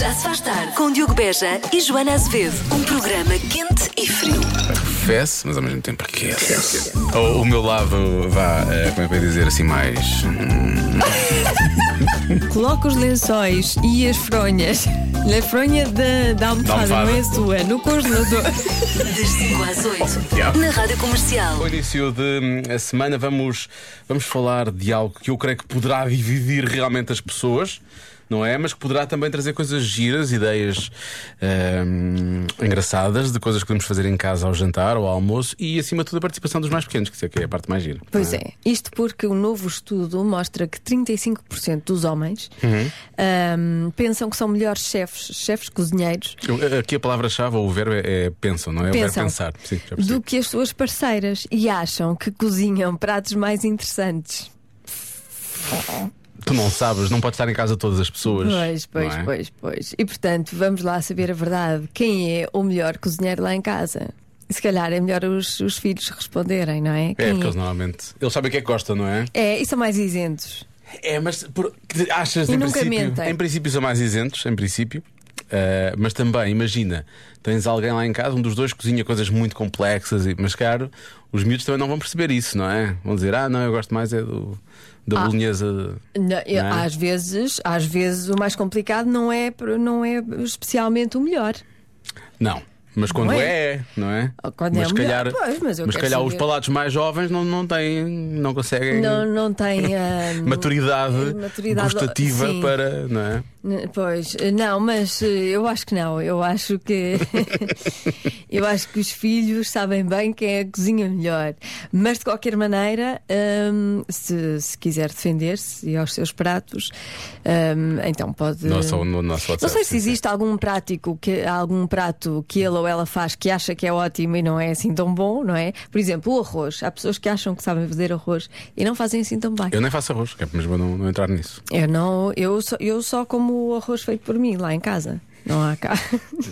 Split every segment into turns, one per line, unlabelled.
Já se faz tarde com Diogo Beja e Joana Azevedo. Um programa quente e frio.
Fesse, mas ao mesmo tempo aquece. O, o meu lado, vá, eh, como é que eu ia dizer assim, mais.
Coloca os lençóis e as fronhas na fronha da, da almofada,
Da almofada.
não é sua, no congelador.
Das 5 às 8.
Yeah.
Na rádio comercial.
No início de hum, a semana vamos, vamos falar de algo que eu creio que poderá dividir realmente as pessoas, não é? Mas que poderá também trazer coisas giras, ideias hum, engraçadas, de coisas que podemos fazer em casa ao jantar ou ao almoço e, acima de tudo, a participação dos mais pequenos, que isso é que é a parte mais gira.
Pois é, isto porque o novo estudo mostra que 35% dos homens
Uhum.
ahm, pensam que são melhores chefes, chefes cozinheiros,
Eu- eh, Aqui a palavra-chave ou o verbo é, é pensam, não é? O verbo
pensam
pensar. Sim, já percebi.
do que as suas parceiras e acham que cozinham pratos mais interessantes.
Tu não sabes, não pode estar em casa todas as pessoas.
Pois, pois,
não é?
pois, pois. E portanto, vamos lá saber a verdade. Quem é o melhor cozinheiro lá em casa? Se calhar é melhor os, os filhos responderem, não é?
É,
Quem
porque eles normalmente. Eles sabem o que é que gostam, não é?
É, e são mais isentos.
É, mas por- que- achas
E
em
nunca
princípio.
mentem.
Em princípio são mais isentos, em princípio. Ah, mas também, imagina, tens alguém lá em casa, um dos dois cozinha coisas muito complexas, e- mas caro, os miúdos também não vão perceber isso, não é? Vão dizer, ah, não, eu gosto mais é do,
Ah.
da bolonhesa.
Não, eu-
Não é?
Às vezes, às vezes o mais complicado não é, não é especialmente o melhor.
Não. Mas quando
Não
é, é, não é?
Ou quando
mas
é
se
melhor,
calhar,
pois, mas eu
mas se
quero
calhar os
saber.
palados mais jovens não, não têm, não conseguem
Não, não tem. ah,
maturidade,
Maturidade,
gustativa
sim.
para, não é?
n- Eh, Pois, não, mas eh, eu acho que não. Eu acho que. eu acho que os filhos sabem bem quem é a cozinha melhor. Mas de qualquer maneira, hum, se, se quiser defender-se e aos seus pratos, hum, então pode.
Nossa, no nosso WhatsApp.
Não sei se
sim, sim.
existe algum prático que algum prato que ele ou ela faz que acha que é ótimo e não é assim tão bom, não é? Por exemplo, o arroz. Há pessoas que acham que sabem fazer arroz e não fazem assim tão bem.
Eu nem faço arroz, que é mesmo eu não, não entrar nisso.
Eu É, não, eu só, eu só como o arroz feito por mim lá em casa. Não há cá,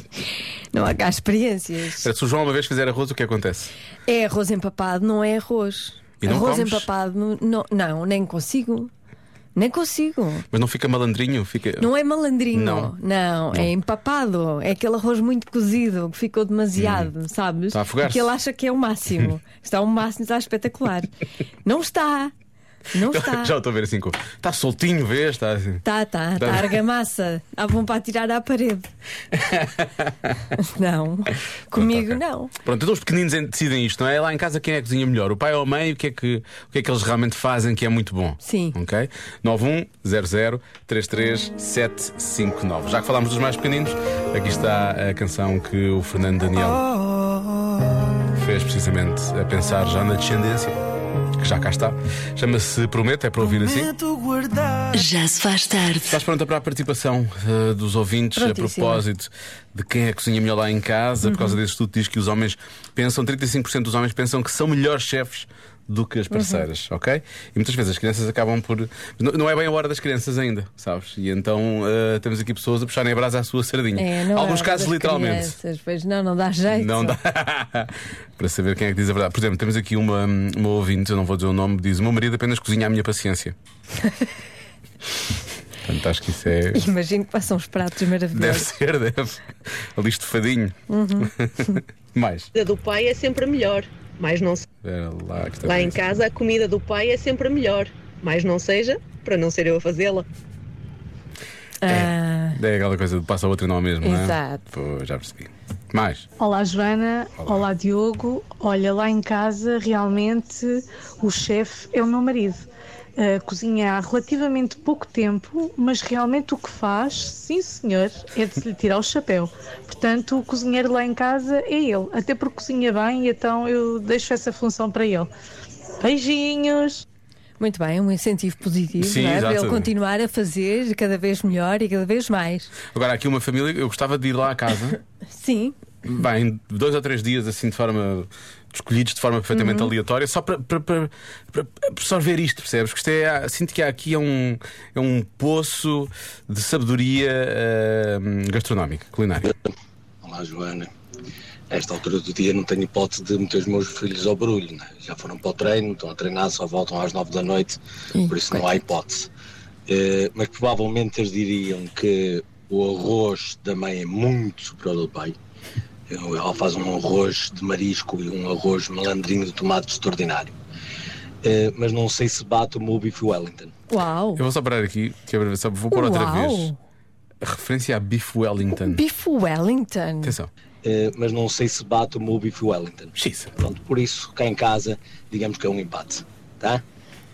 não há cá experiências.
Se o João uma vez fizer arroz, o que acontece?
É arroz empapado, não é arroz.
E não
arroz
comes?
empapado, não- não, não, nem consigo, nem consigo.
Mas não fica malandrinho, fica.
Não é malandrinho,
Não.
não. é empapado. É aquele arroz muito cozido que ficou demasiado, sabes?
Uhum. Está a afogar-se.
Que ele acha que é o máximo. está o máximo, está espetacular. não está. Não está.
Já o estou a ver assim. com- Está soltinho, vês? Está assim.
Tá, tá, tá
Tá.
argamassa. Há bom para tirar à parede. não. Comigo
Pronto, ok.
não.
Pronto, então os pequeninos en- decidem isto, não é? Lá em casa quem é que cozinha melhor? O pai ou a mãe? O que é que, o que, é que eles realmente fazem que é muito bom?
Sim.
Ok? 910033759. Já que falámos dos mais pequeninos, aqui está a canção que o Fernando Daniel fez precisamente a pensar já na descendência, que já cá está. Chama-se Prometo, é para ouvir assim.
Já se faz tarde.
Estás pronta para a participação eh, dos ouvintes a
Prontíssima. Uhum.
propósito de quem é que cozinha melhor lá em casa? Por causa desse estudo, diz que os homens pensam, 35% dos homens pensam que são melhores chefes do que
Uhum.
as parceiras, ok? E muitas vezes as crianças acabam por. Não, não é bem a hora das crianças ainda, sabes? E então eh, temos aqui pessoas a puxarem a brasa à sua sardinha.
É, não
Alguns
há
casos,
das
literalmente.
crianças, Pois não, não dá jeito.
Não dá. para saber quem é que diz a verdade. Por exemplo, temos aqui uma, uma ouvinte, eu não vou dizer o nome, diz: O meu marido apenas cozinha a minha paciência. Portanto, acho que isso é.
Imagino que passam os pratos
Deve
maravilhosos.
ser, deve. Ali estufadinho.
Uhum.
Mais.
comida do pai é sempre a melhor, mas não se-
Espera lá, que está
lá
bem.
em casa a comida do pai é sempre a melhor, mas não seja para não ser eu a fazê-la.
Ah,
É aquela coisa de passa a outra e não a mesma, não é?
Exato.
Pois, já percebi. Mais.
Olá Joana,
Olá.
olá. Diogo. Olha, lá em casa realmente o chefe é o meu marido. Uh, cozinha há relativamente pouco tempo, mas realmente o que faz, sim senhor, é de se lhe tirar o chapéu. Portanto, o cozinheiro lá em casa é ele, até porque cozinha bem, então eu deixo essa função para ele. Beijinhos!
Muito bem, um incentivo positivo
Sim,
não é? para
exato.
ele continuar a fazer cada vez melhor e cada vez mais.
Agora, há aqui uma família, eu gostava de ir lá à casa.
Sim,
Bem, dois ou três dias assim de forma escolhidos de forma perfeitamente
Uhum.
aleatória, só para, para- para- para absorver isto, percebes? Que isto é, sinto que há aqui é um, é um poço de sabedoria eh, gastronómica, culinária.
Olá, Joana. A esta altura do dia não tenho hipótese de meter os meus filhos ao barulho. né? Já foram para o treino, estão a treinar, só voltam às nove da noite,
Ih,
por isso não há hipótese. Eh, mas provavelmente eles diriam que O arroz da mãe é muito superior ao do pai. Eu- Ela faz um arroz de marisco e um arroz malandrinho de tomate extraordinário. Eh, mas não sei se bate o meu bife Wellington.
Uau!
Eu vou só parar aqui, que eu só vou pôr outra
Uau.
vez. A referência a Beef Wellington.
Bife Wellington.
Atenção.
Eh, mas não sei se bate o meu bife Wellington.
X.
Pronto, por isso, cá em casa, digamos que é um empate. Tá?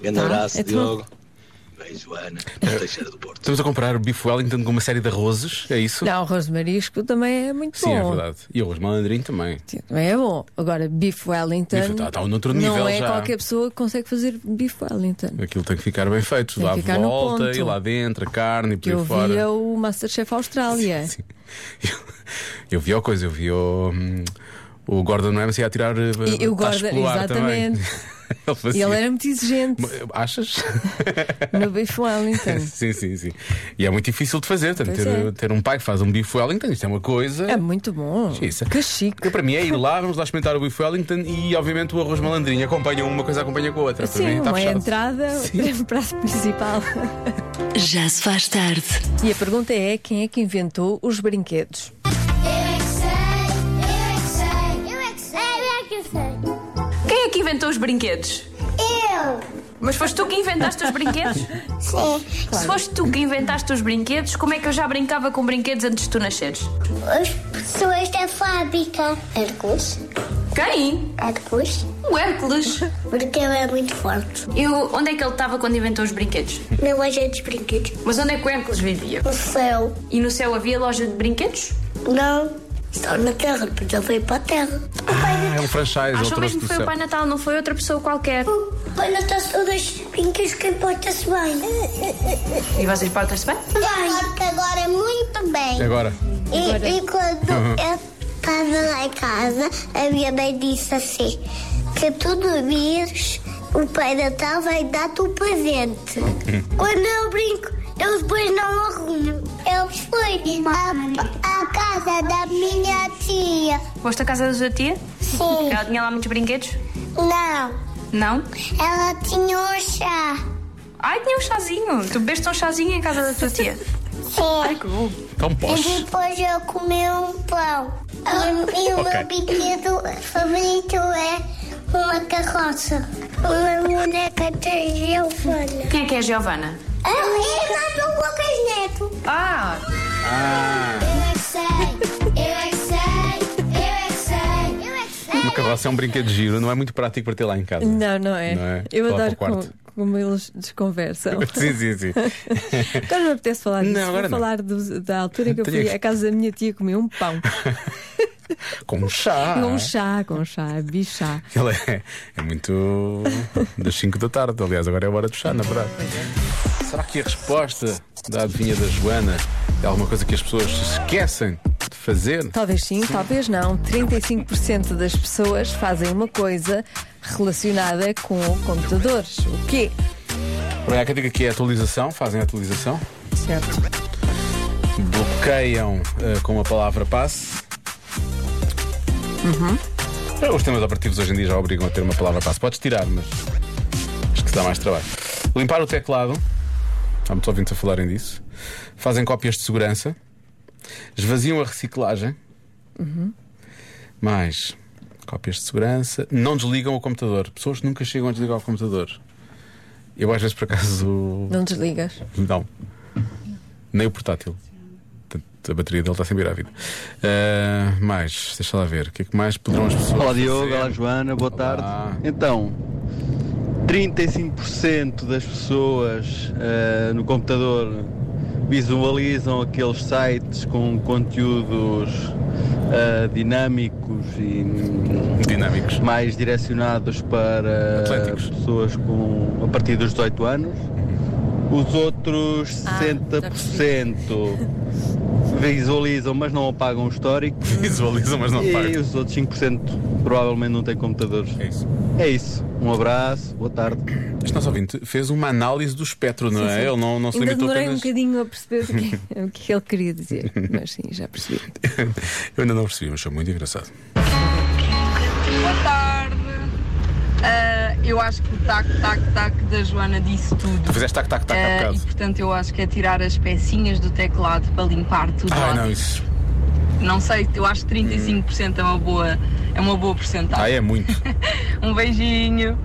Grande
Tá,
abraço,
é tudo.
Diogo. Beijo, Ana. Teixeira do Porto.
Estamos a comparar o Beef Wellington com uma série de arrozes, é isso?
Não, arroz de marisco também é muito
Sim,
bom.
é verdade. E arroz malandrinho também.
Também é bom. Agora, bife Wellington.
Bife, tá- tá um outro nível
não é
já.
qualquer pessoa que consegue fazer bife Wellington.
Aquilo tem que ficar bem feito.
Tem
Dá
que
a
ficar no
volta
ponto.
e lá dentro, a carne e por
Que eu
aí fora.
via o Masterchef Austrália.
Sim. Eu, eu vi a coisa, eu vi o, hum, o Gordon Ramsay a tirar eh,
E- e o
tachos
Gordon-
pelo ar também.
exatamente.
ele, fazia-
E ele era muito exigente
Achas?
no bife Wellington.
sim, sim, sim. E é muito difícil de fazer. Ter,
Pois
ter,
é.
ter um pai que faz um bife Wellington, isto é uma coisa.
É muito bom.
Isso.
Que chique.
Eu, para mim é ir lá, vamos lá experimentar o bife Wellington e, obviamente, o arroz malandrinho. Acompanha uma coisa, acompanha com a outra. para mim
Sim,
está
uma
fechado.
entrada, um prato principal.
Já se faz tarde.
E a pergunta é: quem é que inventou os brinquedos?
Quem é que inventou os brinquedos? Mas foste tu que inventaste os brinquedos?
Sim,
Se foste tu que inventaste os brinquedos, como é que eu já brincava com brinquedos antes de tu nasceres?
as pessoas da fábrica. Arcos,
Quem?
arcos,
O Hércules.
porque ele é muito forte.
Eu, onde é que ele estava quando inventou os brinquedos?
Na loja dos brinquedos,
Mas onde é que o Hércules vivia?
no céu,
E no céu havia loja de brinquedos?
não, só na terra, porque ele veio para a terra.
Ah, é um franchise. ele
Achou
trouxe
mesmo
do
que foi
céu.
o Pai Natal, não foi outra pessoa qualquer.
Quando está todas as brinquedos, quem porta-se bem?
E vocês portam-se bem?
Porta agora é muito bem.
Agora,
E, e quando eu estava lá em casa, a minha mãe disse assim: que tu dormires, o Pai Natal vai dar-te um presente. quando eu brinco, eu depois não arrumo. Eu fui à, à casa da minha tia.
Foste à casa da sua tia?
Sim.
Ela tinha lá muitos brinquedos?
Não,
Não?
ela tinha um chá.
Ai, tinha um chazinho. Tu bebeste um chazinho em casa da tua tia. Ai,
Sim.
que bom.
tão
E
poche.
depois eu comi um pão. E o meu brinquedo favorito é uma carroça. Uma boneca de Giovana.
Quem é que é a Giovana?
Eu é do Lucas Neto.
Ah,
Eu é que sei, eu é que sei, eu é que sei, eu é que sei.
Uma carroça é um brinquedo de giro, não é muito prático para ter lá em casa.
Não, não é?
Não é?
Eu
Lá para
adoro
o quarto.
como, como eles desconversam.
Sim, sim, sim.
Agora não me apetece falar disso.
Não, agora
Vou
não.
falar do- da altura que eu
Tenho
fui
que-
à casa da minha tia comer um pão.
Com um chá.
Com chá, com chá, bichá.
Ele é, é muito das 5 da tarde. Aliás, agora é a hora do chá, na verdade. Será que a resposta da adivinha da Joana é alguma coisa que as pessoas se esquecem de fazer?
Talvez sim, talvez não. 35% das pessoas fazem uma coisa relacionada com computadores. O quê?
Bem, há quem diga que é atualização, fazem a atualização,
Certo.
bloqueiam eh, com a palavra passe. Eh, Os temas operativos hoje em dia já obrigam a ter uma palavra passe. Podes tirar, mas acho que dá mais trabalho. Limpar o teclado. Há muitos ouvintes a falarem disso. Fazem cópias de segurança. Esvaziam a reciclagem. Mais cópias de segurança. Não desligam o computador. Pessoas que nunca chegam a desligar o computador. Eu às vezes por acaso
Não desligas.
não. Nem o portátil. Portanto, A bateria dele está sempre grávida. Ah, mais, deixa lá ver. O que é que mais poderão as pessoas.
Olá Diogo,
fazer?
olá Joana, boa tarde.
Olá.
Então, 35% das pessoas eh, no computador visualizam aqueles sites com conteúdos eh, dinâmicos e
Dinâmicos.
mais direcionados para
Atléticos.
Ah.
pessoas com, a partir dos 18 anos. Os outros
Ah, já
60% visualizam, mas não apagam o histórico.
Visualizam, mas não
E
pagam.
os outros 5% provavelmente não têm computadores.
É isso.
É isso. Um abraço, boa tarde.
Este nosso ouvinte fez uma análise do espectro, não
Sim,
é?
sim.
Ele não, não se
Ainda
limitou
demorei
apenas.
um bocadinho a perceber o que, é o que ele queria dizer. Mas sim, já percebi.
Eu ainda não percebi, mas foi muito engraçado.
Boa tarde. Ah, eu acho que o tac-tac-tac da Joana disse tudo.
Tu fizeste tac-tac-tac há
Ah,
bocado.
e portanto eu acho que é tirar as pecinhas do teclado para limpar tudo.
Ah,
lá.
não, isso.
Não sei, eu acho que 35% é uma boa, é uma boa
Ah,
porcentagem.
é muito.
Um beijinho.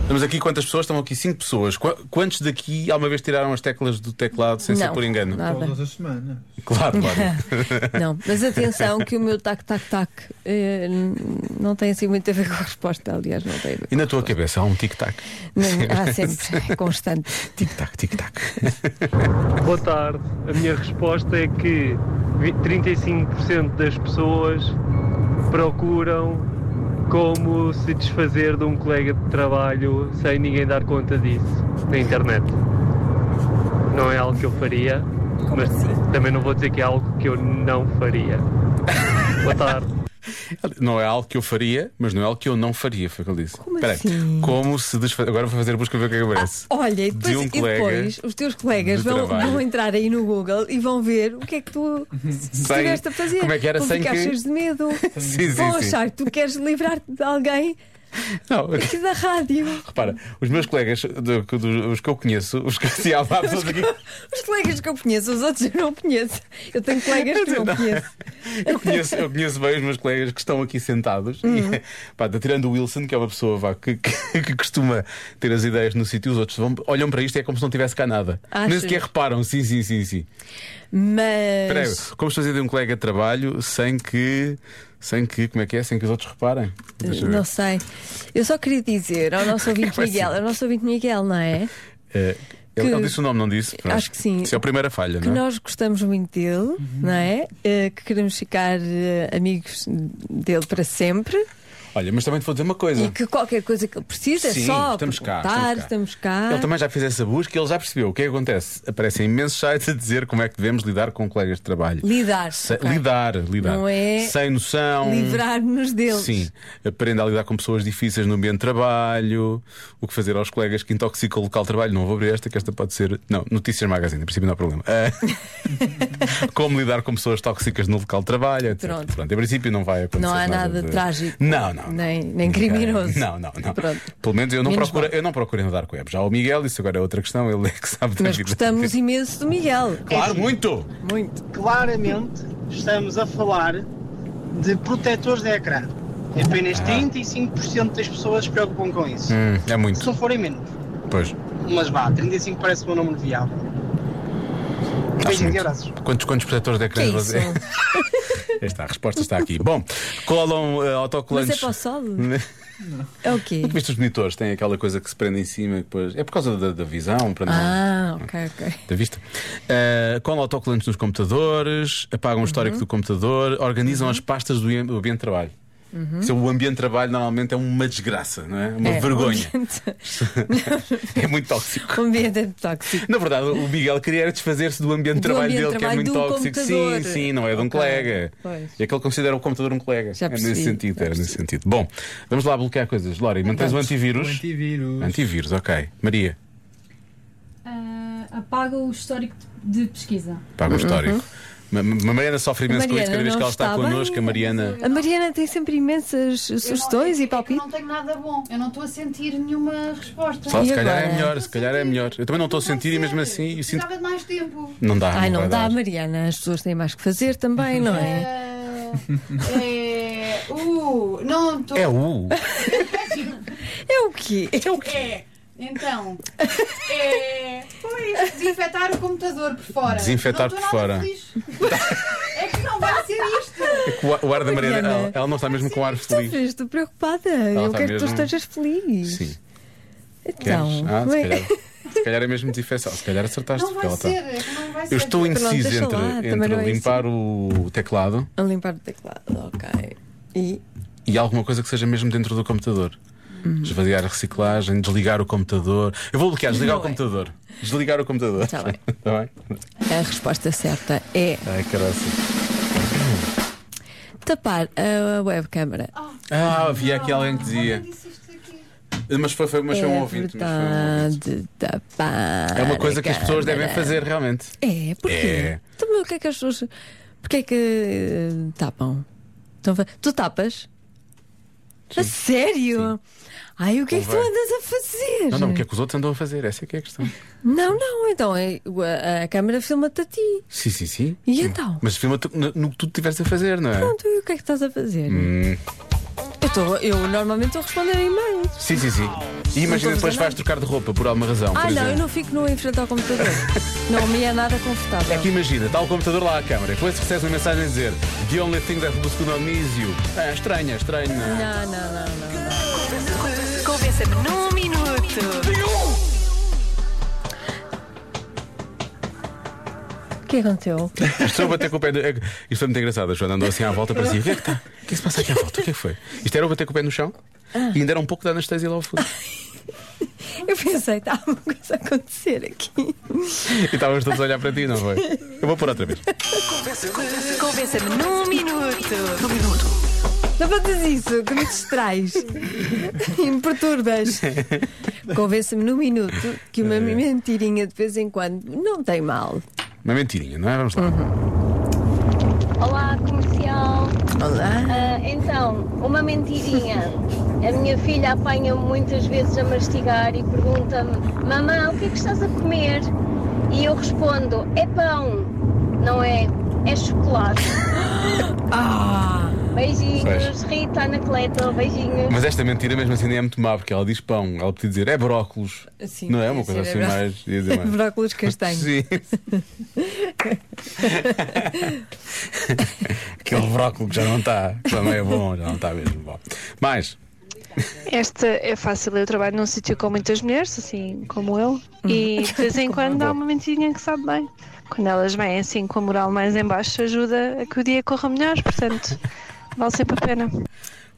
Estamos aqui quantas pessoas? Estão aqui cinco pessoas. Qu- Quantos daqui alguma vez tiraram as teclas do teclado sem ser
Não,
por engano?
nada.
Todas as semanas.
Claro, claro.
Não, mas atenção que o meu tac-tac-tac eh, n- não tem assim muito a ver com a resposta, aliás, não tem a ver.
E na tua cabeça há um tic-tac.
Não, há sempre, é constante.
Tic-tac, tic-tac.
Boa tarde. A minha resposta é que vi- 35% das pessoas procuram como se desfazer de um colega de trabalho sem ninguém dar conta disso na internet. Não é algo que eu faria, mas também não vou dizer que é algo que eu não faria. Boa tarde.
Não é algo que eu faria, mas não é algo que eu não faria, foi o que ele disse. Como
assim?
Como se desfazer. Agora vou fazer a busca ver o que é que aparece.
Olha, e
De
depois,
um
e
colega
depois os teus colegas
de
vão,
trabalho.
vão entrar aí no Google e vão ver o que é que tu
Sem-
estiveste a fazer.
como é que era?
vão
Sem
ficar
que-
cheios de medo.
Sim, sim,
vão
sim.
achar que tu queres livrar-te de alguém
Não,
aqui da rádio.
repara, os meus colegas, do- do- os que eu conheço, os que se há lá pessoas aqui.
Os colegas que eu conheço, os outros eu não conheço. Eu tenho colegas que não conheço.
Eu conheço, eu conheço bem os meus colegas que estão aqui sentados. E, pá, tirando o Wilson, que é uma pessoa vá, que, que- que costuma ter as ideias no sítio, os outros vão- olham para isto e é como se não tivesse cá nada. Nem
Achas?
sequer reparam. Ah, Sim, É sim, sim, sim. Espera aí,
Mas.
como fazer de um colega de trabalho sem que. Sem que, como é que é? Sem que os outros reparem. Deixa eu ver.
Não sei. Eu só queria dizer ao nosso ouvinte
Vai ser.
Miguel, ao nosso ouvinte Miguel, não é?
É, ele,
que-
ele disse o nome, não disse?
Acho que sim.
Isso é a primeira falha,
Que
não Uhum. é?
nós gostamos muito dele, não é? Eh, que queremos ficar eh, amigos dele para sempre
Olha, mas também te vou dizer uma coisa.
e que qualquer coisa que ele precise é
Hum. Sim,
só
estamos cá,
perguntar,
estamos
estamos cá.
Ele também já fez essa busca e ele já percebeu o que é que acontece. Aparecem imensos sites a dizer como é que devemos lidar com colegas de trabalho.
Lidar,
Se-
ok.
Lidar, lidar.
Não é
Sem noção.
Livrar-nos deles.
Sim, aprenda a lidar com pessoas difíceis no ambiente de trabalho, o que fazer aos colegas que intoxicam o local de trabalho. Não vou abrir esta, que esta pode ser. Não, Notícias Magazine, em princípio não há problema. Ah, como lidar com pessoas tóxicas no local de trabalho, etc.
Pronto.
em princípio não vai acontecer.
Não há nada
de-
trágico.
Não, não.
Nem, nem criminoso.
Não, não, não.
Pronto.
Pelo menos eu não,
Menos
procuro, eu não procuro em dark web. Já o Miguel, isso agora é outra questão, ele é que sabe da
Mas
vida.
gostamos imenso do Miguel.
Claro, muito!
Muito.
Claramente estamos a falar de protetores de ecrã. Apenas
Ah.
35% das pessoas se preocupam com isso.
Hum, é
Se não
muito.
forem menos.
Pois.
Mas vá, 35 parece um número viável.
Acho
Beijinhos e
muito.
abraços.
Quantos, quantos protetores de
é
ecrãs
Que isso?
você- Aí está, a resposta está aqui. Bom, colam eh, autocolantes.
Mas é para o sol? É o quê?
Viste os monitores têm aquela coisa que se prende em cima e depois. É por causa da, da visão, para não.
Ah, ok, ok.
Da vista. Uh, colam autocolantes nos computadores, apagam o histórico do computador, organizam as pastas do am- do ambiente de trabalho.
Uhum.
Se o ambiente de trabalho normalmente é uma desgraça, não é? Uma
É,
vergonha.
O ambiente,
é muito tóxico.
o ambiente é tóxico.
Na verdade, o Miguel queria era desfazer-se do ambiente de
Do
trabalho
ambiente
dele,
de
que é muito
trabalho do
tóxico.
computador.
Sim, sim, não é de um
Ok,
colega.
pois.
E aquele que considera o computador um colega.
Já
é nesse
percebi,
sentido,
já
era nesse
percebi.
sentido. Bom, vamos lá bloquear coisas. Lori, mantens o
Vamos.
antivírus?
O antivírus.
Antivírus, ok. Maria,
Ah, apaga o histórico de pesquisa.
paga o histórico. Ma- Ma- Mariana sofre imenso com isto cada
Uhum. Mariana
vez que
não
ela está,
está
connosco.
bem.
A Mariana.
A Mariana tem sempre imensas sugestões e
Eu
palpites.
não tenho nada bom, eu não estou a sentir nenhuma resposta.
Só, se calhar é melhor, se calhar é melhor. Eu também não estou a sentir e mesmo assim eu sinto.
Precisava de mais tempo.
Não é dá.
Ai, não
vai
dá,
dar.
Mariana. As pessoas têm mais que fazer também, não é?
Ah, É. Uh, não estou.
É o.
É o quê? É o
É. Então. É. Pois, desinfetar o computador por fora.
Desinfetar
Não
por
estou
fora.
nada feliz. É que não vai ser isto.
É que o- O ar da Mariana,
Mariana.
ela, ela não está mesmo com ar
Estou,
feliz.
estou preocupada.
Ela
Eu
tá
quero que tu
mesmo-
estejas feliz.
Sim.
Então,
Queres? Ah, se
bem-
calhar. Se calhar é mesmo difícil. Se calhar acertaste.
Não
porque
vai
ela
ser,
está.
é que não vai ser.
Eu estou
Pronto,
indeciso
deixa
entre,
lá,
entre
também não é isso.
limpar o teclado
a limpar o teclado, ok. E
e alguma coisa que seja mesmo dentro do computador. Esvaziar a reciclagem, desligar o computador. Eu vou bloquear, desligar
Não
o computador. Desligar o computador.
Tá bem.
Tá bem?
a resposta certa é
Ai, caraca.
tapar a webcâmara.
Ah, havia aqui alguém que dizia. Mas foi, foi, mas foi um ouvinte. mas foi um ouvinte.
É Verdade, tapar.
É uma coisa que as
a
pessoas
câmara.
devem fazer realmente.
É, porquê?
É.
Também o que é que as pessoas. Porquê é que eh, tapam? Então, fa- tu tapas? A sério? Ai, o que é que
Convém.
tu andas a fazer?
Não, não, o que é que os outros andam a fazer? Essa é que é a questão.
Não, não, então é- a, a câmera filma-te a ti.
Sim, sim, sim.
E então?
Mas filma-te no, no que tu tiveste a fazer, não é?
Pronto, e o que é que estás a fazer?
Hum,
Eu, tô- eu normalmente estou a responder a e-mails.
sim, sim, sim. E
Não estou
imagina
a
depois
fazer
vais trocar de roupa por alguma razão.
ah,
por
não, eu
exemplo.
não fico no em frente ao computador. não me é nada confortável.
É que imagina, está o computador lá à câmara e depois recebes uma mensagem a dizer The only thing that was good on me is you. É estranho, é estranho. não é?
Não, não, não, não.
Convença-me num minuto.
O que aconteceu?
Estou a bater com o pé. No... é que- Isto foi muito engraçado. A Joana andou assim à volta para si. O que é que está? O que é que se passa aqui à volta? O que é que foi? Isto era eu bater com o pé no chão
Ah.
e ainda era um pouco da Anastasia lá ao fundo.
Eu pensei, está alguma coisa a acontecer aqui.
E estávamos todos a olhar para ti, não foi? Eu vou pôr outra vez.
Convença-me num minuto. Num minuto.
Não fazes isso, que me distrais e me perturbas. Convença-me num minuto que
É.
uma mentirinha de vez em quando não tem mal.
Uma mentirinha, não é? Vamos lá.
Olá, comercial.
Olá.
Ah, então, uma mentirinha. A minha filha apanha-me muitas vezes a mastigar e pergunta-me: Mamã, o que é que estás a comer? E eu respondo: É pão, não é? É chocolate.
Ah!
Beijinhos,
Pois.
Rita, Anacleta, beijinhos.
Mas esta mentira mesmo assim nem é muito má, porque ela diz pão, ela podia dizer é brócolos.
Sim,
não é?
podia
Uma coisa
dizer,
assim
é bró-
mais. ia dizer mais.
Brócolos castanhos.
Sim. Aquele brócolo que já não está, que também é bom, já não está mesmo bom. Mais,
Esta é fácil, eu trabalho num sítio com muitas mulheres, assim como eu, e de vez em quando há uma mentirinha que sabe bem. Quando elas vêm assim com a moral mais em baixo, ajuda a que o dia corra melhor, portanto, vale sempre a pena.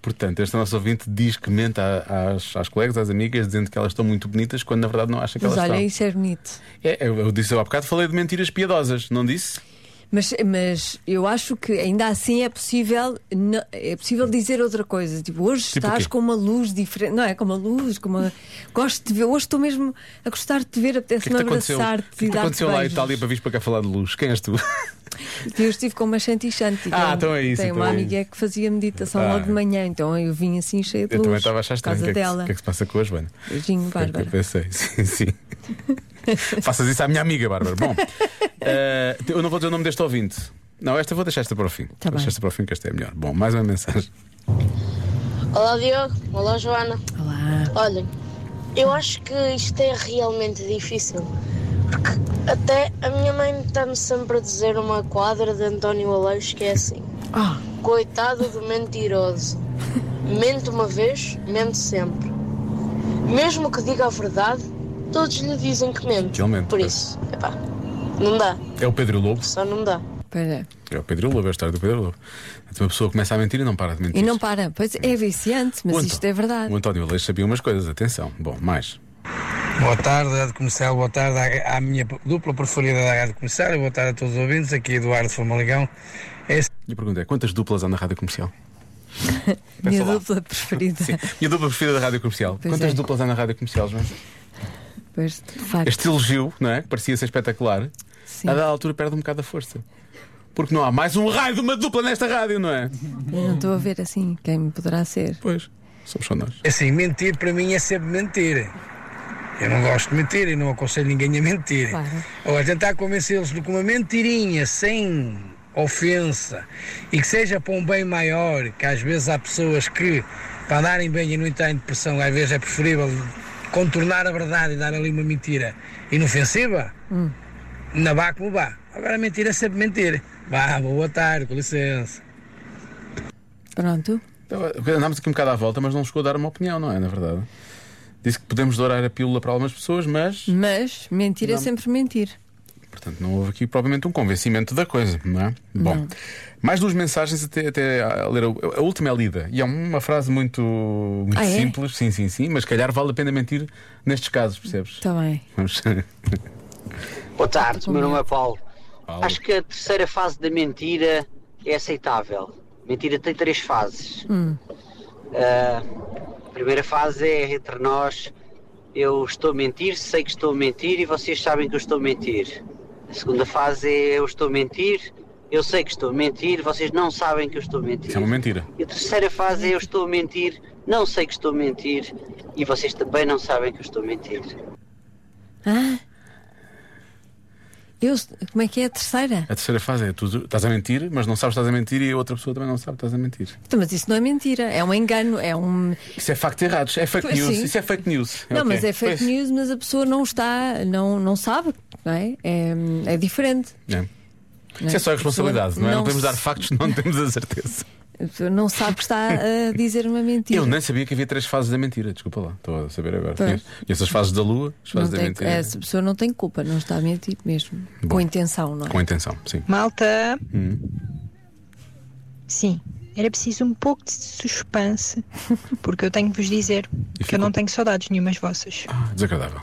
portanto, este nosso ouvinte diz que mente a- às, às colegas, às amigas, dizendo que elas estão muito bonitas, quando na verdade não acha que
Mas
elas
olha,
estão.
isso é bonito.
É, eu, eu disse há bocado, falei de mentiras piedosas, não disse?
Mas, mas eu acho que ainda assim é possível, n- é possível dizer outra coisa. Tipo, hoje
Tipo o
estás
quê?
com uma luz diferente, não é? Com uma luz, com uma. Gosto de ver, hoje estou mesmo a gostar de te ver,
O que é que
apetece-me
te aconteceu, O
abraçar-te
que é
e
que te
dar-te
aconteceu lá em
beijos.
Itália para vir para cá falar de luz? Quem és tu?
Eu estive com uma Shanti Shanti.
Ah,
que um-
então é isso,
Tem
então
uma
é
amiga que fazia meditação
Ah.
logo de manhã, então eu vim assim cheia de
Eu
luz.
também estava a achar
por causa
estranho. O que, é que, se-
dela.
o que é que se passa com a Joana?
Beijinho,
Foi o que
Bárbara.
Eu pensei, sim, sim. Faças isso à minha amiga, Bárbara. Bom, eh, eu não vou dizer o nome deste ouvinte. Não, esta vou deixar esta para o fim. vou
Tá
deixar
bem.
esta para o fim, que esta é melhor. Bom, mais uma mensagem.
Olá Diogo, olá Joana.
Olá.
Olhem, eu acho que isto é realmente difícil. Porque até a minha mãe está-me sempre a dizer uma quadra de António Aleixo que é assim. Coitado do mentiroso. Mente uma vez, mente sempre. Mesmo que diga a verdade, todos lhe dizem que mente.
Realmente.
Por isso, epá, não dá,
É o Pedro Lobo.
só não dá.
É o Pedro Lobo, é a história do Pedro Lobo. Então, Uma pessoa começa a mentir e não para de mentir.
E não para, pois é viciante, mas isto é verdade.
O António Aleixo sabia umas coisas, atenção. Bom, mais.
Boa tarde, Rádio Comercial, boa tarde à, à minha dupla preferida da Rádio Comercial e boa tarde a todos os ouvintes, aqui Eduardo Famaligão. Esse...
E a pergunta é: quantas duplas há na rádio comercial?
Minha
lá.
dupla preferida.
Minha dupla preferida da rádio comercial.
Pois
quantas
é.
duplas há na rádio comercial, João?
Pois, de facto.
Este elogio, não é? Que parecia ser espetacular, a dada altura perde um bocado a força. Porque não há mais um raio de uma dupla nesta rádio, não é?
Eu não estou a ver assim quem me poderá ser.
Pois. Somos só nós.
Assim, mentir para mim é sempre mentir. Eu não gosto de mentir e não aconselho ninguém a mentir. Agora, tentar convencê-los de que uma mentirinha sem ofensa e que seja para um bem maior, que às vezes há pessoas que, para andarem bem e não entrarem em depressão, às vezes é preferível contornar a verdade e dar ali uma mentira inofensiva, na vá como vá. Agora, mentir é sempre mentir. Vá, boa tarde, com licença.
Pronto.
Andámos aqui um bocado à volta, mas não chegou a dar uma opinião, não é? Na verdade. Disse que podemos dourar a pílula para algumas pessoas, mas.
Mas mentir é
Não.
sempre mentir.
Portanto, não houve aqui propriamente um convencimento da coisa, não é? Bom, mais duas mensagens até, até a ler. A, a última é lida. E é uma frase muito, muito
Ah, é?
simples, sim, sim, sim, mas se calhar vale a pena mentir nestes casos, percebes?
Está Tá bem.
Vamos.
Boa tarde, meu nome é Paulo. Acho que a terceira fase da mentira é aceitável. Mentira tem três fases.
Hum.
Ah, a primeira fase é entre nós. Eu estou a mentir, sei que estou a mentir e vocês sabem que eu estou a mentir. A segunda fase é eu estou a mentir,
Eu sei que estou a mentir, vocês não sabem que eu estou a mentir.
Isso é uma mentira.
E a terceira fase é eu estou a mentir, não sei que estou a mentir e vocês também não sabem que eu estou a mentir.
Ah? Eu, como é que é a terceira?
A terceira fase é tu estás a mentir, mas não sabes que estás a mentir e a outra pessoa também não sabe que estás a mentir.
Então, Mas isso não é mentira, é um engano, é um.
Isso é facto errados, é fake
Pois
news.
sim.
Isso é fake news.
Não,
ok.
mas é fake
Pois.
news, mas a pessoa não está, não, não sabe, não é? É, é diferente.
É.
Não
Isso é só a
A pessoa
responsabilidade, não é? Não
não
podemos
se-
dar factos, não temos a certeza.
A pessoa não sabe que está a dizer uma mentira.
Eu nem sabia que havia três fases da mentira, desculpa lá, estou a saber agora.
Pois.
E essas fases da lua, as
Não
fases da
tem-
mentira.
essa pessoa não tem culpa, não está a mentir mesmo. Com intenção, não é?
Com intenção, sim.
Malta,
Hum.
sim, era preciso um pouco de suspense, porque eu tenho que vos dizer que eu não tenho saudades nenhumas vossas.
Ah, Desagradável.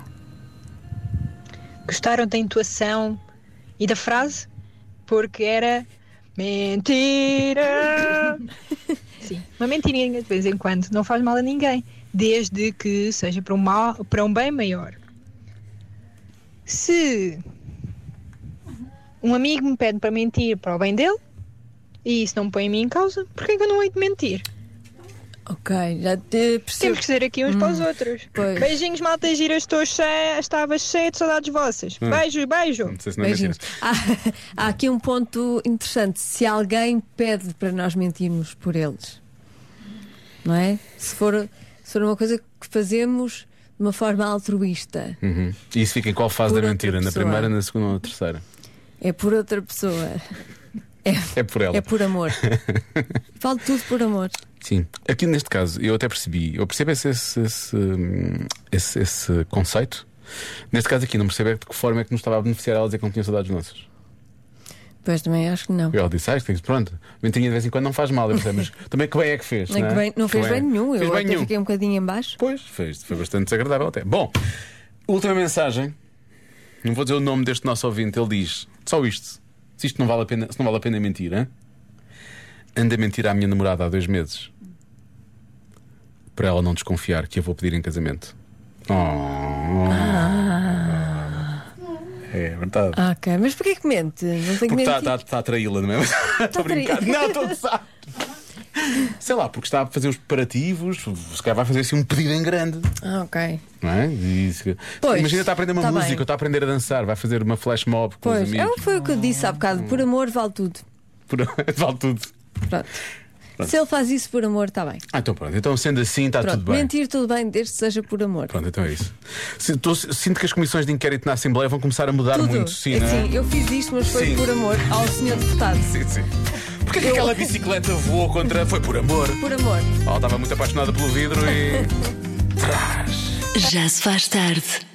Gostaram da intuação e da frase? Porque era mentira! Sim, uma mentirinha de vez em quando não faz mal a ninguém, desde que seja para um, mal, para um bem maior. Se um amigo me pede para mentir para o bem dele e isso não me põe a mim em causa, porquê que eu não hei de mentir?
Ok, já te percebo.
Temos que ser aqui uns para os outros.
pois.
Beijinhos, malta gira, estou cheia, estava cheia de saudades vossas.
Hum.
Beijo, beijo.
Não sei se não é mentira.
Há, há aqui um ponto interessante. Se alguém pede para nós mentirmos por eles, não é? Se for, se for uma coisa que fazemos de uma forma altruísta,
Uhum. E isso fica em qual fase
Por
da
outra
mentira? Na
pessoa.
primeira, na segunda ou na terceira?
é por outra pessoa,
É por ela.
é por amor. Falo tudo por amor.
Sim. Aqui neste caso, eu até percebi, eu percebo esse, esse, esse, hum, esse- esse conceito. Neste caso aqui, não percebo é de que forma é que nos estava a beneficiar ela dizer que não tinha saudades nossas.
Pois também acho que não.
E Ela disse, ah, isto tem que- pronto, mentirinha de vez em quando não faz mal, eu percebo, mas também que bem é que fez.
Não, é
não,
que
é?
bem- não
Que
fez bem nenhum,
Fez
eu
bem
até
nenhum.
fiquei um bocadinho em baixo.
Pois. Fez, foi bastante desagradável até. Bom, última mensagem. Não vou dizer o nome deste nosso ouvinte, ele diz só isto. Se isto não vale a pena, se não vale a pena mentir, hã? anda a mentir à minha namorada há dois meses para ela não desconfiar que eu vou pedir em casamento. Oh, é verdade.
Ah, ok, mas porquê que mente? Não tem que
Porque tá,
mentir.
está a traí-la, não é? Estou a brincar. Não, estou Sei lá, porque está a fazer os preparativos, se calhar vai fazer assim um pedido em grande.
Ah, ok.
Não é? E se-
Pois,
Imagina está a aprender uma
tá
música,
bem.
ou está a aprender a dançar, vai fazer uma flash mob com os
Pois, é,
amigos.
foi o que eu disse há bocado. Por amor vale tudo.
Por... vale tudo.
Pronto.
Pronto.
Se ele faz isso por amor, está bem.
Ah, então pronto, então sendo assim está
Pronto,
tudo bem.
mentir tudo bem, desde que seja por amor.
Pronto, então é isso. Se- tô- sinto que as comissões de inquérito na Assembleia vão começar a mudar
tudo.
muito, sim,
É
não é?
assim, eu fiz isto, mas foi
Sim.
por amor ao senhor deputado.
Sim, sim. Porquê que aquela bicicleta voou contra. Foi por amor?
Por amor.
Ela estava muito apaixonada pelo vidro e. Trás.
Já se faz tarde